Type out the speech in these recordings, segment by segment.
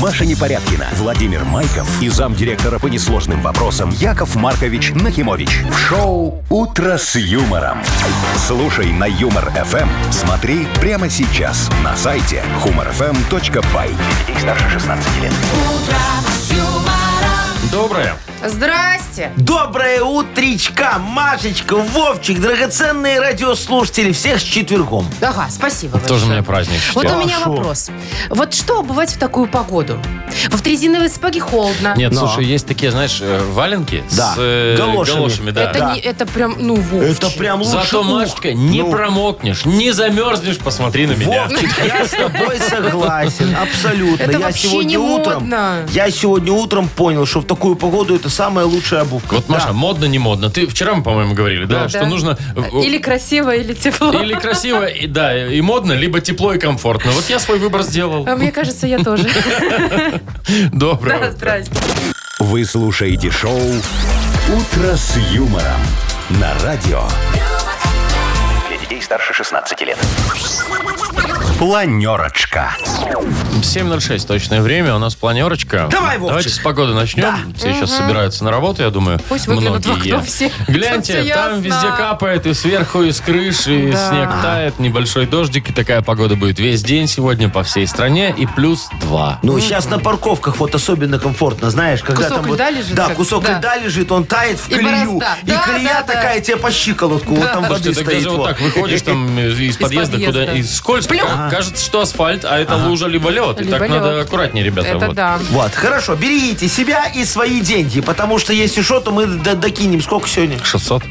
Маша Непорядкина, Владимир Майков и замдиректора по несложным вопросам Яков Маркович Нахимович. В шоу «Утро с юмором». Слушай на «Юмор-ФМ». Смотри прямо сейчас на сайте humorfm.by. Детей старше 16 лет. Доброе. Здрасте. Доброе утречка, Машечка, Вовчик, драгоценные радиослушатели, всех с четвергом. Ага, спасибо большое. Тоже мне праздник Вот сегодня. у А меня вопрос. Вот что обувать в такую погоду? В резиновые сапоги холодно. Нет, слушай, есть такие, знаешь, э, валенки Да. с э, галошами. Галошами. да. Это, не, это прям, ну, Вовчик. Это прям лучше Зато, ух. Машечка, не Ну, промокнешь, не замерзнешь, посмотри на меня. Вовчик, я с тобой согласен, абсолютно. Это я вообще сегодня не утром, модно. Я сегодня утром понял, что в такую погоду это самая лучшая обувка. Вот, Маша, модно, не модно. Ты вчера, мы, по-моему, говорили, да, Да. А, что нужно... э, э, Или красиво, или тепло. или красиво, и, да, и модно, либо тепло и комфортно. Вот я свой выбор сделал. А Мне кажется, я тоже. Доброе Да, утро. здрасте. Вы слушаете шоу «Утро с юмором» на радио. Для детей старше 16 лет. Планерочка. 7.06 точное время, у нас планерочка. Давай, Вовчик. Давайте с погоды начнем. Все сейчас собираются на работу, я думаю. Пусть выглянут в окно все. Гляньте, Там всё там ясно. везде капает, и сверху, и с крыши, и Да. снег тает, небольшой дождик, и такая погода будет весь день сегодня по всей стране, и плюс 2. Ну, сейчас на парковках вот особенно комфортно, знаешь, когда Кусок там вот- льда лежит Да, как- кусок да. льда лежит, он тает в И клею. борозда. И Да, да, клея да. такая тебе по щиколотку, вот там Слушайте, воды так стоит. даже вот так выходишь там э, из подъезда подъезда. куда и скользко, Плюх. как- кажется, что асфальт, а это лужа либо лед. И Либо так лёд. надо аккуратнее, ребята. Это вот. да. Вот, хорошо, берите себя и свои деньги, потому что если что, то мы д- докинем. Сколько сегодня? 600.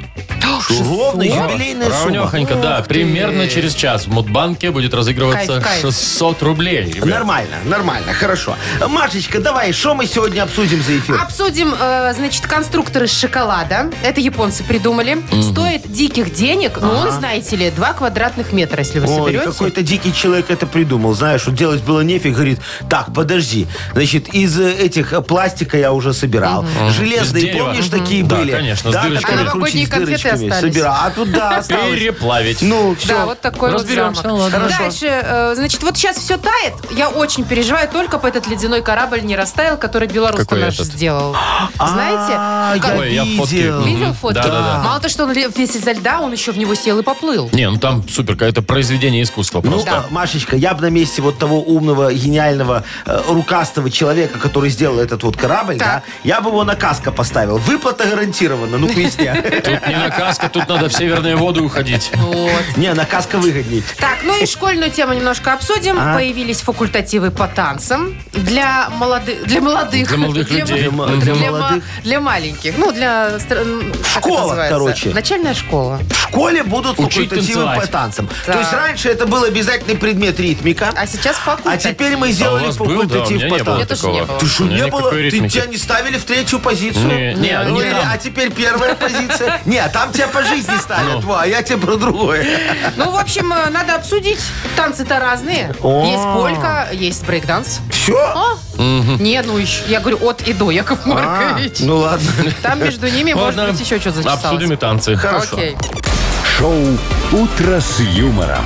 Ровно юбилейная сумма. Равнёхонько, да. Примерно через час в Мудбанке будет разыгрываться Кайф, кайф. 600 рублей. ребят. Нормально, нормально, хорошо. Машечка, давай, что мы сегодня обсудим за эфир? Обсудим, э, значит, конструктор из шоколада. Это японцы придумали. Стоит диких денег, но он, знаете ли, 2 квадратных метра, если вы Ой, соберете. какой-то дикий человек это придумал, знаешь, вот делать было нефиг, говорит, так, подожди, значит, из э, этих э, пластика я уже собирал, Из железные, дерева. помнишь, Мгм. такие Да, были? конечно, с дырочками. которые А новогодние крутить с конфеты дырочками. остались. Собирал, а тут, да, осталось. Переплавить. Ну, все. Да, вот такой Разберемся, вот замок. ладно. Хорошо. Дальше, э, значит, вот сейчас все тает. Я очень переживаю, только бы этот ледяной корабль не растаял, который белорус Какой наш этот? сделал. А, Знаете? как- Ой, я фотки. видел. Мгм. Видел фотки? Да, да, да. Мало то, что он ле- весь изо льда, он еще в него сел и поплыл. Не, ну там супер, это произведение искусства Ну, просто. а, Машечка, я бы на месте вот того умного, гениального, э, рукастого человека, который сделал этот вот корабль, Так. да, я бы его на каска поставил. Выплата гарантирована, ну, к весне. Тут не на каска, тут надо в северные воды уходить. А Вот. Не, на каска выгодней. Так, ну и школьную тему немножко обсудим. А. Появились факультативы по танцам для молодых. Для молодых. Для молодых людей. м- Для м- для ма- молодых. для маленьких. Ну, для... стр- м, как это Школа, называется? короче. Начальная школа. В школе будут Учить факультативы танцевать. по танцам. Так. То есть раньше это был обязательный предмет ритмика, А сейчас а факультатив. теперь мы А у сделали вас был, да, у факультатив меня по не было Я танцам. тоже не такого. было. Ты У что, меня не никакой было? Ты ритмики. тебя не ставили в третью позицию? Не, не, не Говорили, там. а теперь первая позиция. Не, а там тебя по жизни Ну. ставят, во, а я тебе про другое. Ну, в общем, э, надо обсудить. Танцы-то разные. О. Есть полька, есть брейкданс. Все? О! Не, ну еще. Я говорю, от и до, Яков Маркович. Ну ладно. Там между ними, может Ладно, быть, еще что-то зачиталось. Обсудим и танцы. Хорошо. Окей. Шоу «Утро с юмором»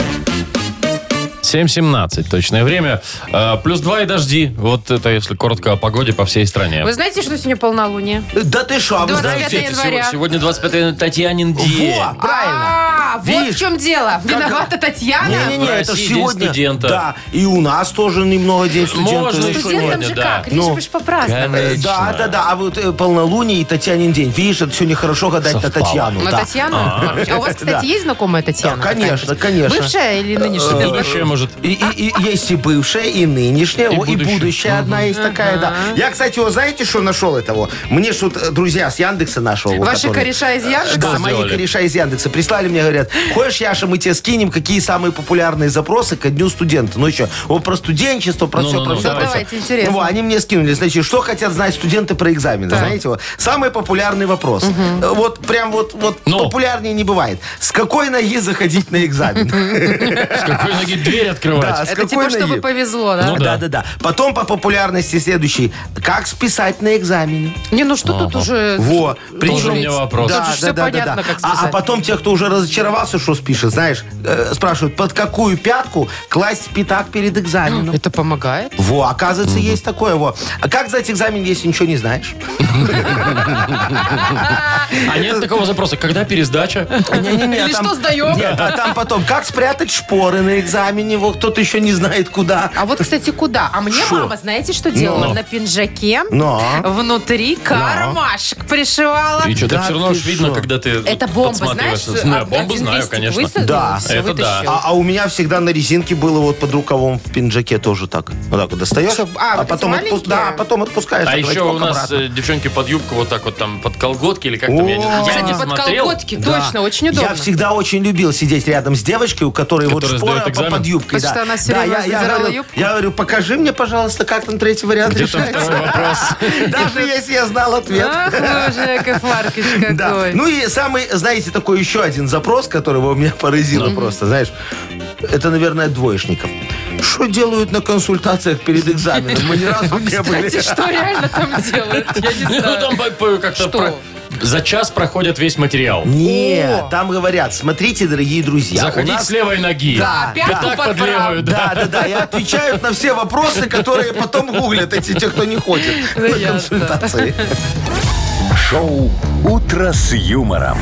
7.17 точное время. Э, Плюс 2 и дожди. Вот это если коротко о погоде по всей стране. Вы знаете, что сегодня полнолуние? Да ты что, а вы 25 знаете? Сего- января. Сегодня 25 Татьянин день. Во, правильно. А, вот в Видишь? чем дело. Виновата Татьяна. Не-не-не, В это России сегодня. А, День студента. Да, и у нас тоже немного день студента. Можно Ну, что студент- нет? Студентам же сегодня, да. как, лишь Ну, бы ж попраздновать. конечно. Да, да, да. А вот э, полнолуние и Татьянин день. Видишь, это все нехорошо гадать Совпало. на Татьяну. На да. Татьяну? Ну, А у вас, кстати, Да. есть знакомая Татьяна? Да, конечно, конечно. Э, Бывшая или нынешняя? Будущее, может. И, и- и есть и бывшая, и нынешняя, И о, и будущее. будущая одна есть такая, да. Я, кстати, вот знаете, что нашел этого? Мне ж вот э, друзья с Яндекса нашего. вот, Ваши которые- кореша из Яндекса? А Да, Что мои сделали? кореша из Яндекса прислали мне, говорят, хочешь, Яша, мы тебе скинем, какие самые популярные запросы ко дню студента. Ну еще, вот про студенчество, про все, Ну-ну-ну, про все. давайте. Давайте, интересно. они мне скинули, значит, что хотят знать студенты про экзамены, знаете, вот. Самый популярный вопрос. Э, Вот прям вот, вот Ну. популярнее не бывает. С какой ноги заходить на экзамен? С какой ноги дверь открывать. с Это типа, какой чтобы ноги? повезло, да? Ну да. да, да, да. Потом по популярности следующий. Как списать на экзамене? Не, ну что тут уже... Во. у меня вопрос. Тут Да, же да, все да, да, понятно, да. как А, а связать. потом те, кто уже разочаровался, что спишет, знаешь, э, спрашивают, под какую пятку класть пятак перед экзаменом? Это помогает? Во, оказывается, есть такое. Во. А как сдать экзамен, если ничего не знаешь? А нет такого запроса, когда пересдача? Не-не-не, а Или там- что сдаем? Нет, а там потом, как спрятать шпоры на экзамене, вот кто-то еще не знает куда. А вот, кстати, куда? А мне Шо? мама, знаете, что делала? Ну. На пинжаке Но. внутри кармашек пришивала. И что, Да так все равно ты ж видно, шо? когда ты Это бомба, подсматриваешь. знаешь? а, Ну, я од- бомбу один знаю, листик конечно. высадил, Да, всё, это да. вытащил. А, а у меня всегда на резинке было вот под рукавом в пинджаке тоже так. Вот так вот достаешь, Чтоб- а, вот эти потом, отпу- маленькие? да, потом отпускаешь. А так, еще рачок у нас обратно. э, девчонки под юбку вот так вот там под колготки или как там, я не, О, я Кстати, не под смотрел. колготки, Да. точно, очень удобно. Я всегда очень любил сидеть рядом с девочкой, у которой Которая вот шпора сдает по- экзамен. под Потому юбкой. да. что она всё Да, время я, я задирала говорю, юбку. я говорю, покажи мне, пожалуйста, как там третий вариант Где там решается. второй вопрос? Даже если я знал ответ. Ах, вы уже, А, Яков Маркович, какой. Да. Ну и самый, знаете, такой еще один запрос, который у меня поразило просто, знаешь, это, наверное, двоечников. Что делают на консультациях перед экзаменом? Мы ни разу не были. Кстати, А что реально там делают? Я не Ну, знаю. там по- по- как-то Что? про- за час проходят весь материал. Нет, О! там говорят, смотрите, дорогие друзья, у Заходить нас с левой ноги. Да, И А, пятку так под под левую, Да, да. да, да. И отвечают на все вопросы, которые потом гуглят эти те, кто не ходит Ну, на ясно. консультации. Шоу «Утро с юмором».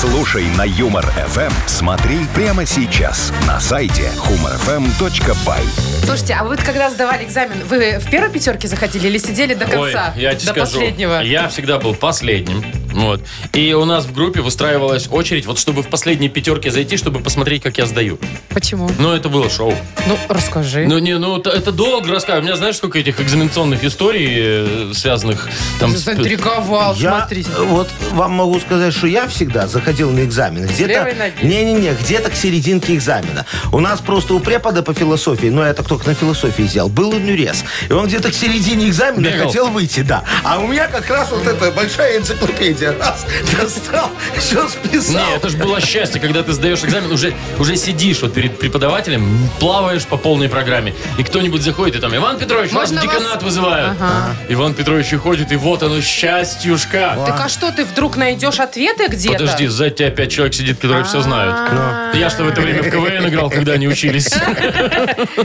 Слушай на Юмор ФМ. Смотри прямо сейчас на сайте humorfm.by. Слушайте, а вы вот когда сдавали экзамен, вы в первой пятерке заходили или сидели до Ой, конца? я тебе до скажу, последнего? я всегда был последним. Вот. И у нас в группе выстраивалась очередь, вот чтобы в последней пятерке зайти, чтобы посмотреть, как я сдаю. Почему? Но это было шоу. Ну, расскажи. Ну, не, ну, это, это долго рассказываю. У меня, знаешь, сколько этих экзаменационных историй, э, связанных там... с- Заинтриговал, Я смотрите. э, вот вам могу сказать, что я всегда заходил на экзамен. Где-то, левой ноги. не-не-не, где-то к серединке экзамена. У нас просто у препода по философии, но я так только на философии взял, был нюрез. И он где-то к середине экзамена Бегал. хотел выйти, да. А у меня как раз вот эта большая энциклопедия. Раз, достал, все списал. Не, это же было счастье, когда ты сдаешь экзамен, уже, уже сидишь вот перед преподавателем, плаваешь по полной программе, и кто-нибудь заходит, и там, Иван Петрович, вас Можно в деканат вас?» вызывают. Иван Петрович уходит, и вот оно, счастьюшка. Так а что, ты вдруг найдешь ответы где-то? Подожди, сзади тебя пять человек сидит, которые все А. знают. Ну, Я что в это время в КВН играл, когда они учились.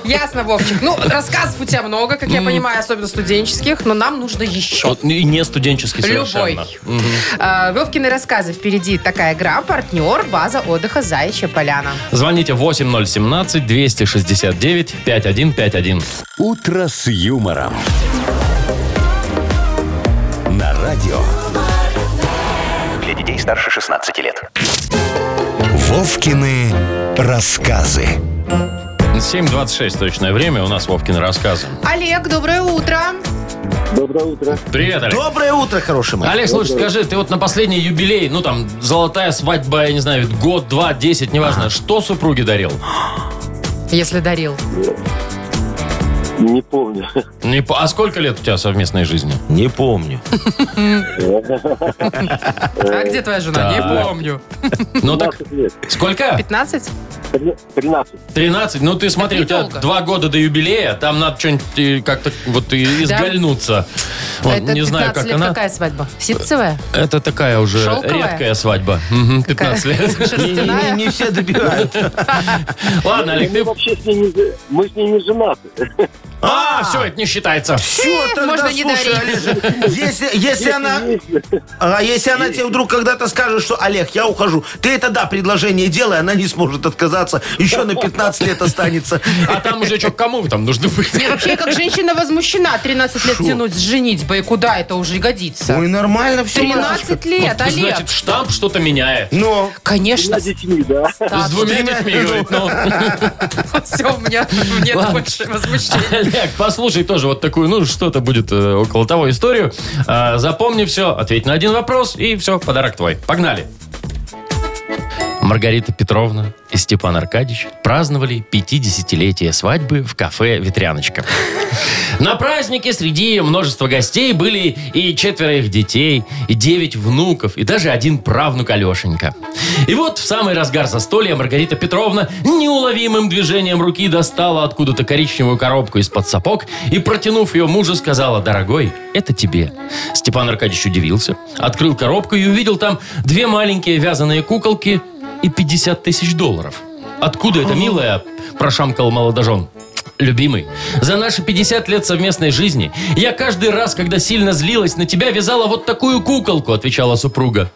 Ясно, Вовчик. Ну, рассказов у тебя много, как я понимаю, особенно студенческих, но нам нужно еще. Вот, ну И не студенческий Любой. совершенно. А, Вовкины рассказы впереди. Такая игра, партнер, база отдыха «Заячья поляна». Звоните 8017-269-5151. «Утро с юмором». На радио. Для детей старше 16 лет. Вовкины рассказы. 7.26 точное время, у нас Вовкины рассказы. Олег, доброе утро. Доброе утро. Привет, Олег. Доброе утро, хороший мой. Олег, слушай, скажи, ты вот на последний юбилей, ну там, золотая свадьба, я не знаю, год, два, десять, неважно, что супруге дарил? Если дарил. Не помню. Не по- а сколько лет у тебя совместной жизни? Не помню. А где твоя жена? Не Так. помню. Ну так, 15 лет. сколько? 15? Трина- 13. 13? Ну ты смотри, у тебя недолго. два года до юбилея, там надо что-нибудь э, как-то вот и изгольнуться. Вот, Это не 15 знаю, как лет она. какая свадьба? Ситцевая? Это такая уже Шелковая? редкая свадьба. Мгм, 15 лет. Не, не- не- Шерстяная? не все добивают. Ладно, Ну, Олег, Мы ты... вообще с ней не, з- мы с ней не женаты. А, все, это не считается. Все, тогда, можно не слушай, дарить. Олежек, если, если она, а если она тебе вдруг когда-то скажет, что Олег, я ухожу, ты это да, предложение делай, она не сможет отказаться, еще на 15 лет останется. А там уже что, кому там нужно быть? Не, вообще, я как женщина возмущена. 13 лет тянуть с женитьбой. Куда это уже годится? Ой, Ну нормально все. 13 лет, Олег. ну, Значит, штамп что-то меняет. Ну, Конечно, С детьми, да. С двумя детьми, говорит, ну. все, у меня нет Ладно. больше возмущения. Олег, послушай тоже вот такую, ну, что-то будет э, около того историю. А, запомни все, ответь на один вопрос, и все, подарок твой. Погнали. Маргарита Петровна и Степан Аркадьевич праздновали 50-летие свадьбы в кафе «Ветряночка». На празднике среди множества гостей были и четверо их детей, и девять внуков, и даже один правнук Алешенька. И вот в самый разгар застолья Маргарита Петровна неуловимым движением руки достала откуда-то коричневую коробку из-под сапог и, протянув ее мужу, сказала, «Дорогой, это тебе». Степан Аркадьевич удивился, открыл коробку и увидел там две маленькие вязаные куколки и 50 тысяч долларов. «Откуда это, милая?» – прошамкал молодожен. Любимый, за наши 50 лет совместной жизни я каждый раз, когда сильно злилась на тебя, вязала вот такую куколку, отвечала супруга.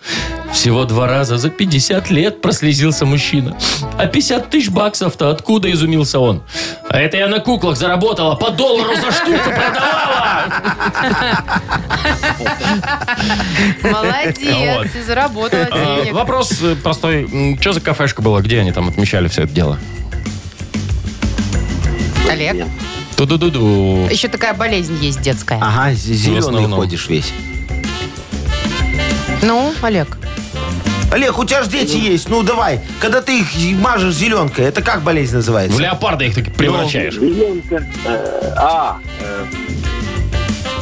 Всего два раза за 50 лет прослезился мужчина. А 50 тысяч баксов-то откуда изумился он? А это я на куклах заработала, по доллару за штуку продавала. Молодец, и заработала А, денег. Вопрос э, простой. Что за кафешка была? Где они там отмечали все это дело? Олег, Ту-ду-ду-ду. еще такая болезнь есть детская. Ага, з- зеленый основном. ходишь весь. Ну, Олег, Олег, у тебя же дети есть, ну давай. Когда ты их мажешь зеленкой, это как болезнь В называется? леопарда их так превращаешь. Зеленка. э, А. э,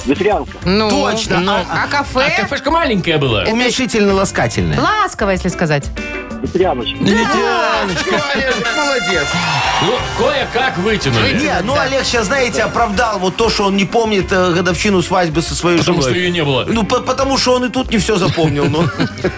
Ветрянка. ну... Точно, ну, а- а А кафе? кафешка маленькая была. Э. Уменьшительно-ласкательное. Ласково, если сказать. Ветряночка. Всё, Олег, молодец. Ну, кое-как вытянули. Не, ну Олег сейчас, знаете, оправдал вот то, что он не помнит э, годовщину свадьбы со своей Потому что женой. ее не было. Ну, по- потому что он и тут не все запомнил. Ну,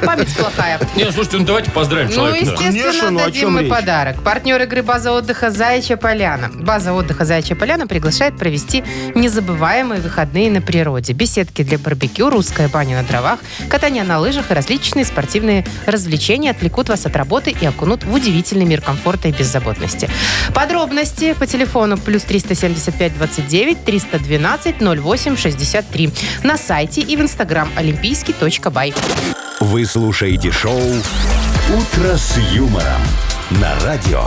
Память плохая. Не, слушайте, ну давайте поздравим Ну, человека. да. естественно, Конечно, ну, о дадим чем мы речь? подарок. Партнер игры «База отдыха Заячья Поляна». База отдыха «Заячья Поляна» приглашает провести незабываемые выходные на природе. Беседки для барбекю, русская баня на дровах, катание на лыжах и различные спортивные развлечения отвлекут вас от работы и окунут в удивительный мир комфорта и беззаботности. Подробности по телефону плюс 375 29 312 08 63 на сайте и в инстаграм олимпийский.бай. Вы слушаете шоу «Утро с юмором» на радио.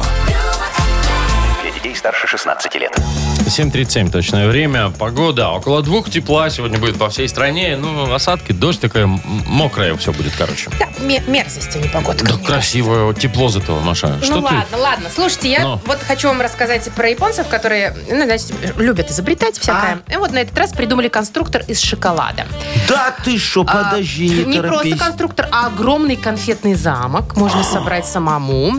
Для детей старше 16 лет. 7.37 точное время. Погода около двух тепла сегодня будет по всей стране. Ну, осадки, дождь такая м- мокрое все будет, короче. Да, ме- мерзость, а не погодка. Да мне красивое вот тепло зато, Маша. Что ну ты? ладно, ладно. Слушайте, я Ну. вот хочу вам рассказать про японцев, которые, ну, значит, любят изобретать всякое. А? И вот на этот раз придумали конструктор из шоколада. да ты что, А, подожди, не Не просто торопись. А. конструктор, а огромный конфетный замок. Можно собрать самому.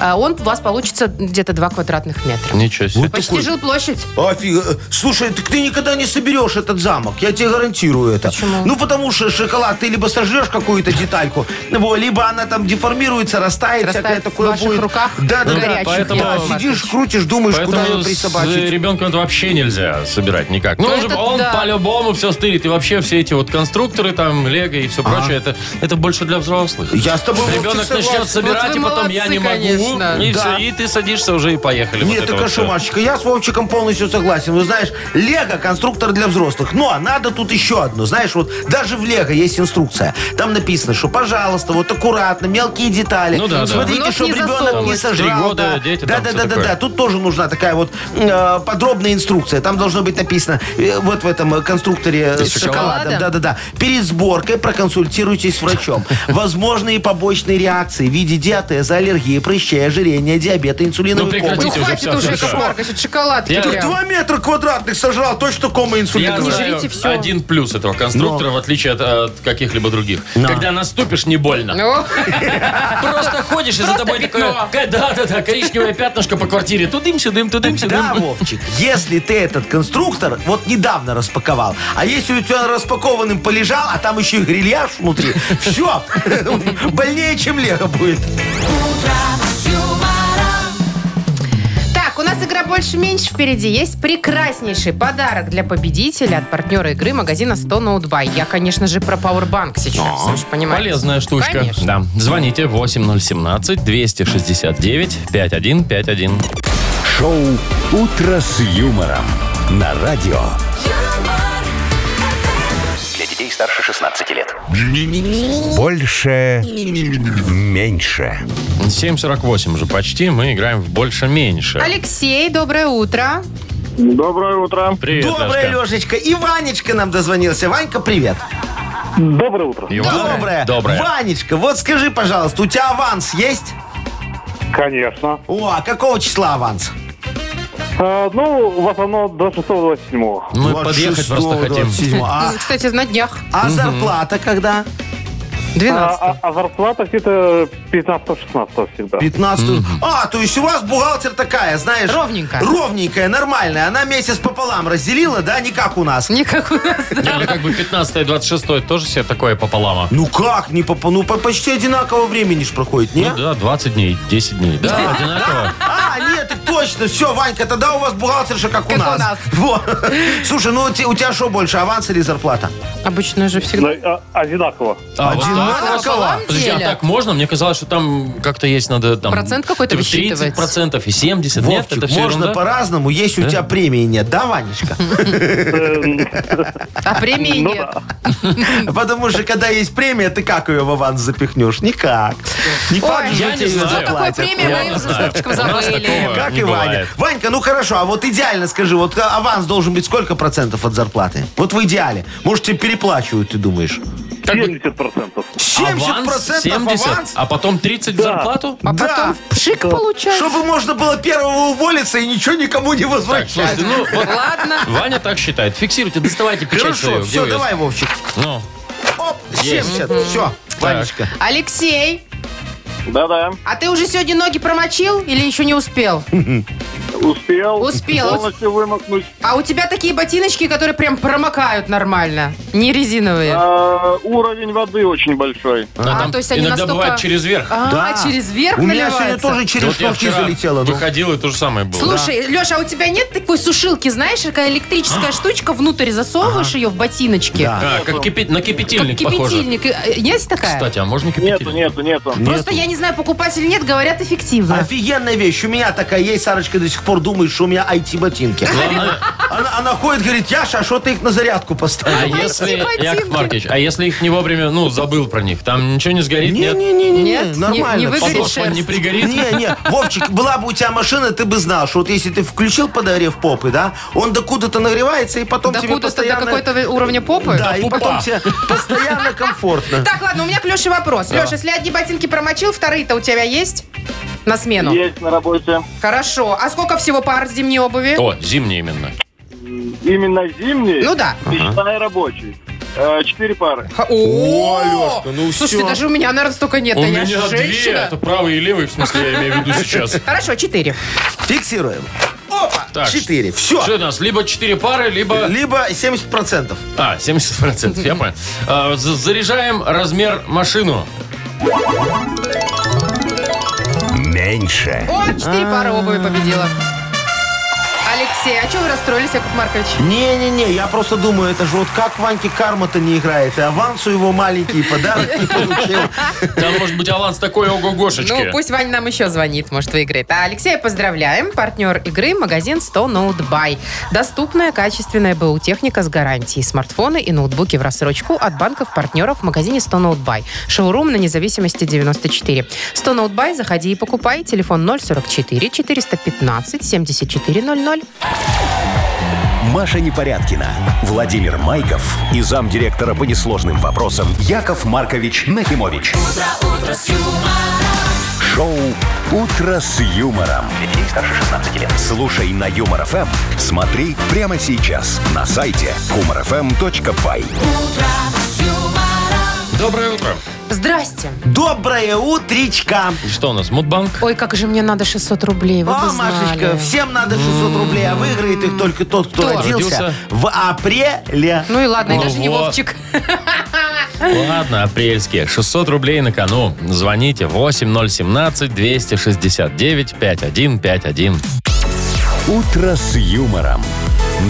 А, Он у вас получится где-то 2 квадратных метра. Ничего себе. Почти жилплощадь. Офиг... э, Слушай, так ты никогда не соберешь этот замок, я тебе гарантирую это. Почему? Ну, потому что шоколад, ты либо сожрешь какую-то детальку, во, либо она там деформируется, растает, Растает всякое в такое ваших будет. руках да, да, горячих, да, поэтому- Да, Яков сидишь, крутишь, думаешь, куда Поэтому ее с присобачить. ребенком это вообще нельзя собирать никак. Ну, Ну, он, же- это он да. по-любому все стырит. И вообще все эти вот конструкторы, там, лего и все прочее, это, это больше для взрослых. Я с тобой, Вовчик, Ребенок начнет согласен. собирать, Вот и вы потом я не молодцы, могу. конечно. И Да. все, и ты садишься уже и поехали. Вот Нет, это так вот а что, всё. Машечка, я с Вовчиком полностью согласен. Вы знаешь, Лего – конструктор для взрослых. Но надо тут еще одно. Знаешь, вот даже в Лего есть инструкция. Там написано, что, пожалуйста, вот аккуратно, мелкие детали. Ну да, да. Смотрите, Нос чтобы не ребенок не засовывать. сожрал. Три года, да. дети, да, там да, всё да, да, такое. да. Тут тоже нужна такая вот э, подробная инструкция. Там должно быть написано э, вот в этом э, конструкторе с шоколада? шоколадом. Да-да-да. Перед сборкой проконсультируйтесь с врачом. Возможные побочные реакции в виде диатеза, аллергии, прыщей, ожирения, диабета, Ну, инсулиновой прекратите Ну комы. уже, хватит всё, уже, всё, Яков всё. Маркович, от шоколадки. Я- прям. Два метра квадратных сожрал, точно кома инсульта. Я Не знаю жрите всё. один плюс этого конструктора, в отличие от, э, от каких-либо других. Когда наступишь, не больно. Ну, Просто ходишь, и за Просто тобой пятно. такое... Да-да-да, коричневое пятнышко по квартире. Тудым-сюдым, Да, тудым-сюдым. Вовчик, если ты этот конструктор вот недавно распаковал, а если у тебя распакованным полежал, а там еще и грильяж внутри, все, больнее, чем Лего будет. Так, у нас игра больше-меньше впереди. Есть прекраснейший подарок для победителя от партнера игры магазина 100 Ноутбай. Я, конечно же, про Powerbank сейчас, вы же понимаете. А, Полезная штучка. Конечно. Да. Звоните 8017-269-5151. Шоу «Утро с юмором» на радио. Для детей старше 16 лет. Больше. Меньше. 7.48 уже почти. Мы играем в больше-меньше. Алексей, доброе утро. Доброе утро. Привет, Доброе, Лешка. Лешечка. И Ванечка нам дозвонился. Ванька, привет. Доброе утро. И вам Доброе. Доброе. Ванечка, вот скажи, пожалуйста, у тебя аванс есть? Конечно. О, а какого числа аванс? А, ну, в основном до 6 до 7 Мы подъехать просто 26-го, хотим. 27-го. А, Ну, Кстати, на днях а зарплата когда? а, 12 а, а зарплата где-то 15-16 всегда. 15 А, то есть у вас бухгалтер такая, знаешь... Ровненькая. Ровненькая, нормальная. Она месяц пополам разделила, да, не как у нас. Никак у нас. да. Не, ну как бы 15 и 26 тоже себе такое пополама. Ну как, не попо... Ну по- почти одинаково времени ж проходит, не? Ну да, 20 дней, 10 дней. Да, одинаково. А, нет, так точно, все, Ванька, тогда у вас бухгалтерша как, Как у нас. Вот. Слушай, ну у те- у тебя что больше, аванс или зарплата? Обычно же Ну, всегда. а- одинаково. А, вот так? Одинаково. Подожди, а делят. так можно? Мне казалось, что там как-то есть надо... Там, Процент какой-то высчитывается. процентов и 70. Нет, Вовчик, это все можно ерунда? Э? по-разному, если у тебя премии нет, да, Ванечка? Эм, А премии Ну нет. Потому что когда есть премия, ты как ее в аванс запихнешь? Никак. Не так же я тебе не ее знаю. Что такое заплатят. премия? Я Мы не уже с знаю. Вовчиком У нас забыли. такого. Как не и Ваня. бывает. Ванька, ну хорошо, а вот идеально скажи, вот а- аванс должен быть сколько процентов от зарплаты? Вот в идеале. Может, тебе переплачивают, ты думаешь? 70%. 70 процентов аванс? а потом 30 зарплату? А Да. потом пшик получается. Чтобы можно было первого уволиться и ничего никому не Так, возвращать. слушайте, ну, вот Ладно. Ваня так считает. Фиксируйте, доставайте печать свою. Хорошо, Где все, вы её- давай, Вовчик. Ну, Оп, Есть. 70. Все, Ванечка. Алексей, Да-да. а ты уже сегодня ноги промочил или еще не успел? Успел. Успел. Полностью вымокнуть. А у тебя такие ботиночки, которые прям промокают нормально, не резиновые. А, уровень воды очень большой. а там то есть они иногда настолько- бывает через верх. А, Да. через верх У меня сегодня наливается? тоже через Вот я шнурки вчера залетело. ну. Выходил, и то же самое было. Слушай, Леша, а у тебя нет такой сушилки, знаешь, такая электрическая штука, внутрь засовываешь ее в ботиночки? А. Да. А, как кипи- на Как кипятильник, похоже. кипятильник. Э, Есть такая? Кстати, а можно кипятильник? Нету, нету, нету. Просто я не знаю, покупать или нет, говорят А эффективно. Офигенная вещь. У меня такая есть. Сарочка до сих пор думает, что у меня IT-ботинки. Главное- Она, она ходит, говорит, Яша, а что ты их на зарядку А поставил? если, ботинки. Яков Маркович, а если их не вовремя, ну, забыл про них, там ничего не сгорит, нет? Не-не-не, Нет, не- нормально. не выгорит Похож, он не шерсть. пригорит. Не-не, Вовчик, была бы у тебя машина, ты бы знал, что вот если ты включил подогрев попы, да, он докуда-то нагревается, и потом Да тебе куда-то до постоянно... какой-то уровня попы? Да, и потом тебе постоянно комфортно. Так, ладно, у меня к Леше вопрос. Леша, если одни ботинки промочил, вторые-то у тебя есть? На смену. Есть на работе. Хорошо. А сколько всего пар с зимней обуви? О, зимний именно. Именно зимний, Ну да. и считай рабочий. Э, Четыре пары. Ха- О, Лёшка, ну Слушайте, всё. даже у меня, наверное, столько нет. У а я меня же две, женщина. это правый и левый, в смысле, я имею в виду сейчас. Хорошо, четыре. Фиксируем. Опа, Так, четыре. Что Все. у нас, либо 4 пары, либо... Либо 70%. А, 70%, я понял. А, за- Заряжаем размер машину. Меньше. О, четыре пары обуви победила. Алексей, а что вы расстроились, Яков Маркович? Не-не-не, я просто думаю, это же вот как Ваньке карма-то не играет. И авансу его маленький, и подарок не получил. Там может быть аванс такой, ого-гошечки. Ну, пусть Ваня нам еще звонит, может, выиграет. А Алексея поздравляем. Партнер игры – магазин 100 Ноутбай. Доступная, качественная БУ техника с гарантией. Смартфоны и ноутбуки в рассрочку от банков-партнеров в магазине 100 Ноутбай. Шоурум на независимости 94. 100 Ноутбай, заходи и покупай. Телефон 044 415 7400. Маша Непорядкина, Владимир Майков и замдиректора по несложным вопросам Яков Маркович Нахимович. Шоу Утро с юмором. Детей старше 16 лет. Слушай на Юмор ФМ. Смотри прямо сейчас на сайте humorfm.by. Доброе утро. Здрасте. Доброе утречко. Что у нас, Мудбанк? Ой, как же мне надо 600 рублей, вы бы О, знали. Машечка, всем надо 600 рублей, а выиграет их только тот, кто Кто? родился Родился. в апреле. Ну и ладно, и Ну даже не вот. Вовчик. Ладно, апрельские. 600 рублей на кону. Звоните 8017-269-5151. Утро с юмором.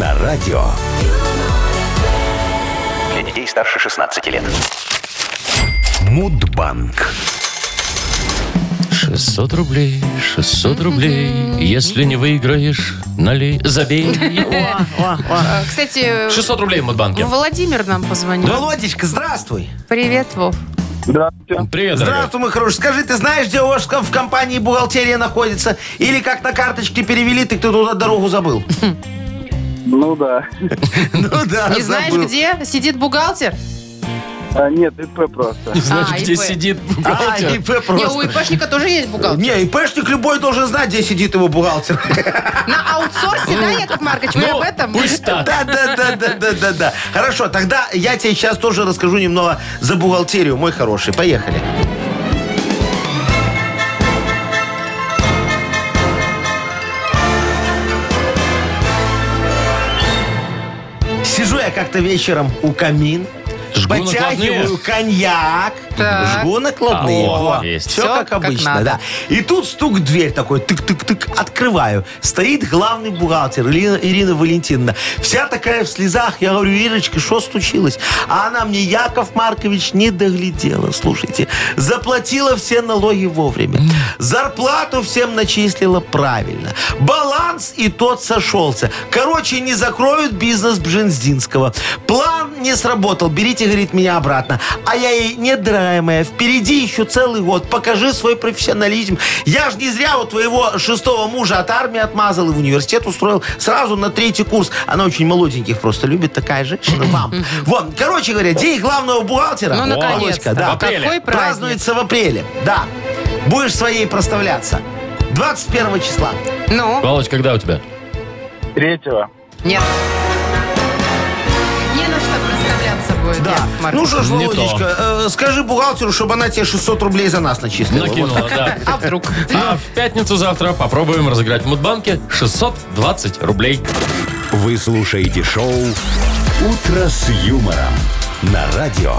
На радио. Для детей старше 16 лет. Мудбанк. 600 рублей, 600 рублей. Если не выиграешь, налей, забей. О, о, о. Э, Кстати, 600 рублей в Мудбанке. Владимир нам позвонил. Володечка, здравствуй. Привет, Вов. Здравствуйте. Привет, дорогой. Здравствуй, мой хороший. Скажи, ты знаешь, где у вас в компании бухгалтерия находится? Или как на карточке перевели, ты кто туда дорогу забыл? Ну да. Ну да, Не знаешь, забыл. где сидит бухгалтер? А, нет, ИП просто. Не знаешь, А, где ИП. сидит А, бухгалтер. ИП Не, у просто. ИПшника тоже есть бухгалтер. Не, ИПшник любой должен знать, где сидит его бухгалтер. На аутсорсе, да, Яков Маркович, вы Ну, об этом? пусть так. Да, да, да, да, да, да, да. Хорошо, тогда я тебе сейчас тоже расскажу немного за бухгалтерию, мой хороший. Поехали. Сижу я как-то вечером у камин, Жгу накладные. потягиваю коньяк, Так. жгу накладные. О, Во. есть. Все, Всё как как обычно, надо. да. И тут стук в дверь такой, тык-тык-тык, открываю. Стоит главный бухгалтер, Ирина, Ирина Валентиновна. Вся такая в слезах. Я говорю, Ирочка, что случилось? А она мне, Яков Маркович, не доглядела, слушайте. Заплатила все налоги вовремя. Зарплату всем начислила правильно. Баланс и тот сошелся. Короче, не закроют бизнес Бжензинского. План не сработал. Берите, говорит, меня обратно. А я ей, нет, дорогая моя, впереди еще целый год. Покажи свой профессионализм. Я же не зря у твоего шестого мужа от армии отмазал и в университет устроил сразу на третий курс. Она очень молоденьких просто любит, такая женщина, мам. Вот, короче говоря, день главного бухгалтера. Ну, наконец-то. Вовочка, да. В апреле. Какой праздник. Празднуется в апреле, да. Будешь своей проставляться. 21 числа. Ну, Володь, когда у тебя? Третьего. нет. Не на что проставляться будет, Да. Яков Ну Маркович. что ж, Не Володечка, э, скажи бухгалтеру, чтобы она тебе 600 рублей за нас Ну, начислила. Вот Накинула, так. да. А вдруг? А в пятницу завтра попробуем разыграть в Мудбанке 620 рублей. Вы слушаете шоу «Утро с юмором» на радио.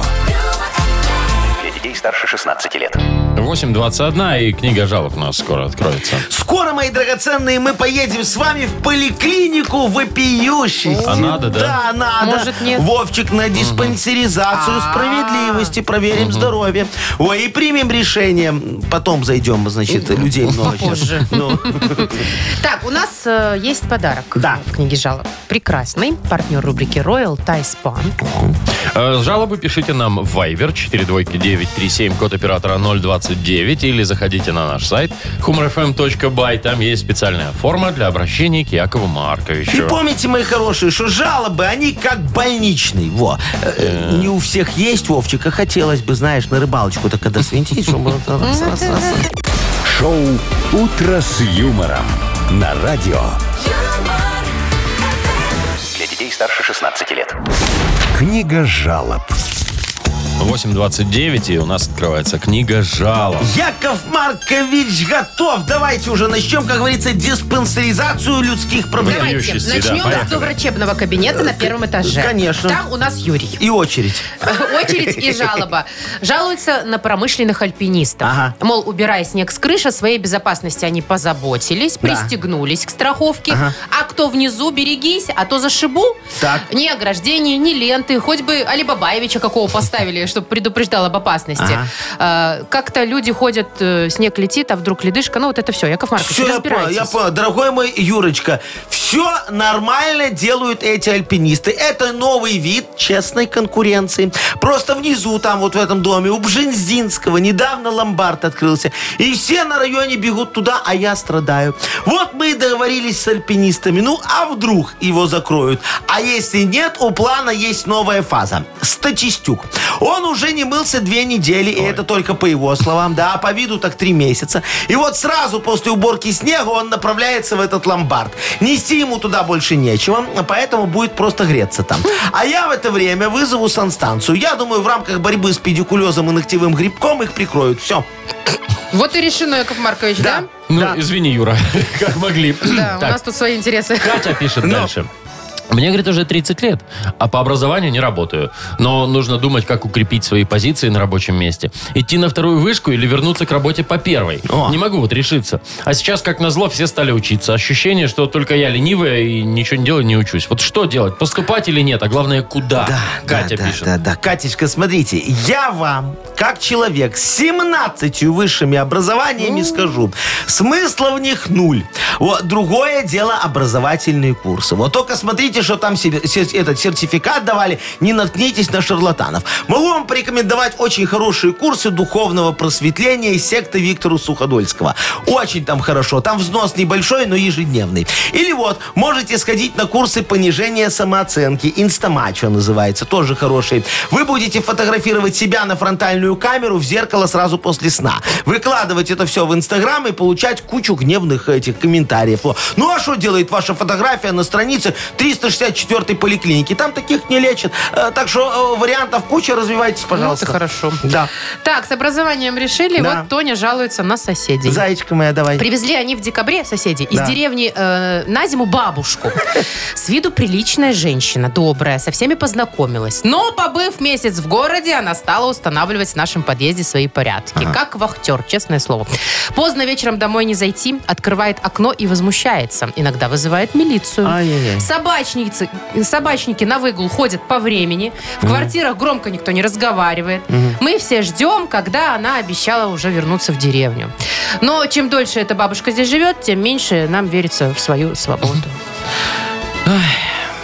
Для детей старше 16 лет. 8.21 и книга жалоб у нас скоро откроется. Скоро, мои драгоценные, мы поедем с вами в поликлинику вопиющей. А надо, да? Да, надо. Может, нет? Вовчик, на диспансеризацию справедливости, проверим здоровье. Ой, и примем решение. Потом зайдем, значит, людей много сейчас. Позже. Ну, Так, у нас э, есть подарок Да. в книге жалоб. Прекрасный партнер рубрики Royal Thai Spa. Э, Жалобы пишите нам в Viber 42937, код оператора 029, или заходите на наш сайт humorfm.by. Там есть специальная форма для обращения к Якову И Марковичу. помните, мои хорошие, что жалобы, они как больничные. Во. Э, э, Не у всех есть, Вовчик, а хотелось бы, знаешь, на рыбалочку-то когда свинтить, чтобы... вот раз, раз, раз, раз. Шоу «Утро с юмором» на радио. юмор, Для детей старше 16 лет. Книга жалоб. 8.29, и у нас открывается книга жалоб. Яков Маркович готов. Давайте уже начнем, как говорится, диспансеризацию людских проблем. Давай. Давайте Дающийся, да, начнем с поехали. врачебного кабинета на первом этаже. конечно. Там у нас Юрий. И очередь. Очередь и жалоба. Жалуются на промышленных альпинистов. Ага. Мол, убирая снег с крыши, о своей безопасности они позаботились, пристегнулись к страховке. А кто внизу, берегись, а то зашибу. Так. Ни ограждения, ни ленты, хоть бы Али Бабаевича какого поставили, чтобы предупреждал об опасности. А, Как-то люди ходят, э, снег летит, а вдруг ледышка. Ну вот это все, Яков Маркович, Все, я понял, разбирайтесь. я понял. Дорогой мой Юрочка, все нормально делают эти альпинисты. Это новый вид честной конкуренции. Просто внизу, там вот в этом доме, у Бжензинского недавно ломбард открылся. И все на районе бегут туда, а я страдаю. Вот мы и договорились с альпинистами. Ну, а вдруг его закроют? А если нет, у плана есть новая фаза. Статистюк. Он уже не мылся две недели, и это только по его словам, да, а по виду так три месяца. И вот сразу после уборки снега он направляется в этот ломбард. Нести ему туда больше нечего, поэтому будет просто греться там. А я в это время вызову санстанцию. Я думаю, в рамках борьбы с педикулезом и ногтевым грибком их прикроют. Все. Вот и решено, Яков Маркович, да? Ну, извини, Юра, как могли. Да, у Так, нас тут свои интересы. Катя пишет дальше. Мне, говорит, уже 30 лет, а по образованию не работаю. Но нужно думать, как укрепить свои позиции на рабочем месте. Идти на вторую вышку или вернуться к работе по первой. О. Не могу вот решиться. А сейчас, как назло, все стали учиться. Ощущение, что только я ленивая и ничего не делаю, не учусь. Вот что делать? Поступать или нет? А главное, куда? Катя да, пишет. Да, да, Катечка, смотрите, я вам, как человек с 17 высшими образованиями, скажу, смысла в них нуль. Вот, другое дело образовательные курсы. Вот только смотрите, хотите, что там себе се- этот сертификат давали, не наткнитесь на шарлатанов. Могу вам порекомендовать очень хорошие курсы духовного просветления из секты Виктора Суходольского. Очень там хорошо. Там взнос небольшой, но ежедневный. Или вот, можете сходить на курсы понижения самооценки. Инстамачо называется. Тоже хороший. Вы будете фотографировать себя на фронтальную камеру в зеркало сразу после сна. Выкладывать это все в Инстаграм и получать кучу гневных этих комментариев. О, Ну а что делает ваша фотография на странице 364 поликлиники? Там таких не лечат. Э, Так что э, вариантов куча. Развивайтесь, пожалуйста. Ну, это хорошо. Да. Так, с образованием решили. Да. Вот Тоня жалуется на соседей. Зайчика моя, давай. Привезли они в декабре соседи из Да. деревни э, на зиму бабушку. С виду приличная женщина, добрая, со всеми познакомилась. Но, побыв месяц в городе, она стала устанавливать в нашем подъезде свои порядки. Как вахтер, честное слово. Поздно вечером домой не зайти, открывает окно и возмущается. Иногда вызывает милицию. Ай-яй-яй. Собачницы, собачники на выгул ходят по времени. В квартирах громко никто не разговаривает. Мы все ждем, когда она обещала уже вернуться в деревню. Но чем дольше эта бабушка здесь живет, тем меньше нам верится в свою свободу.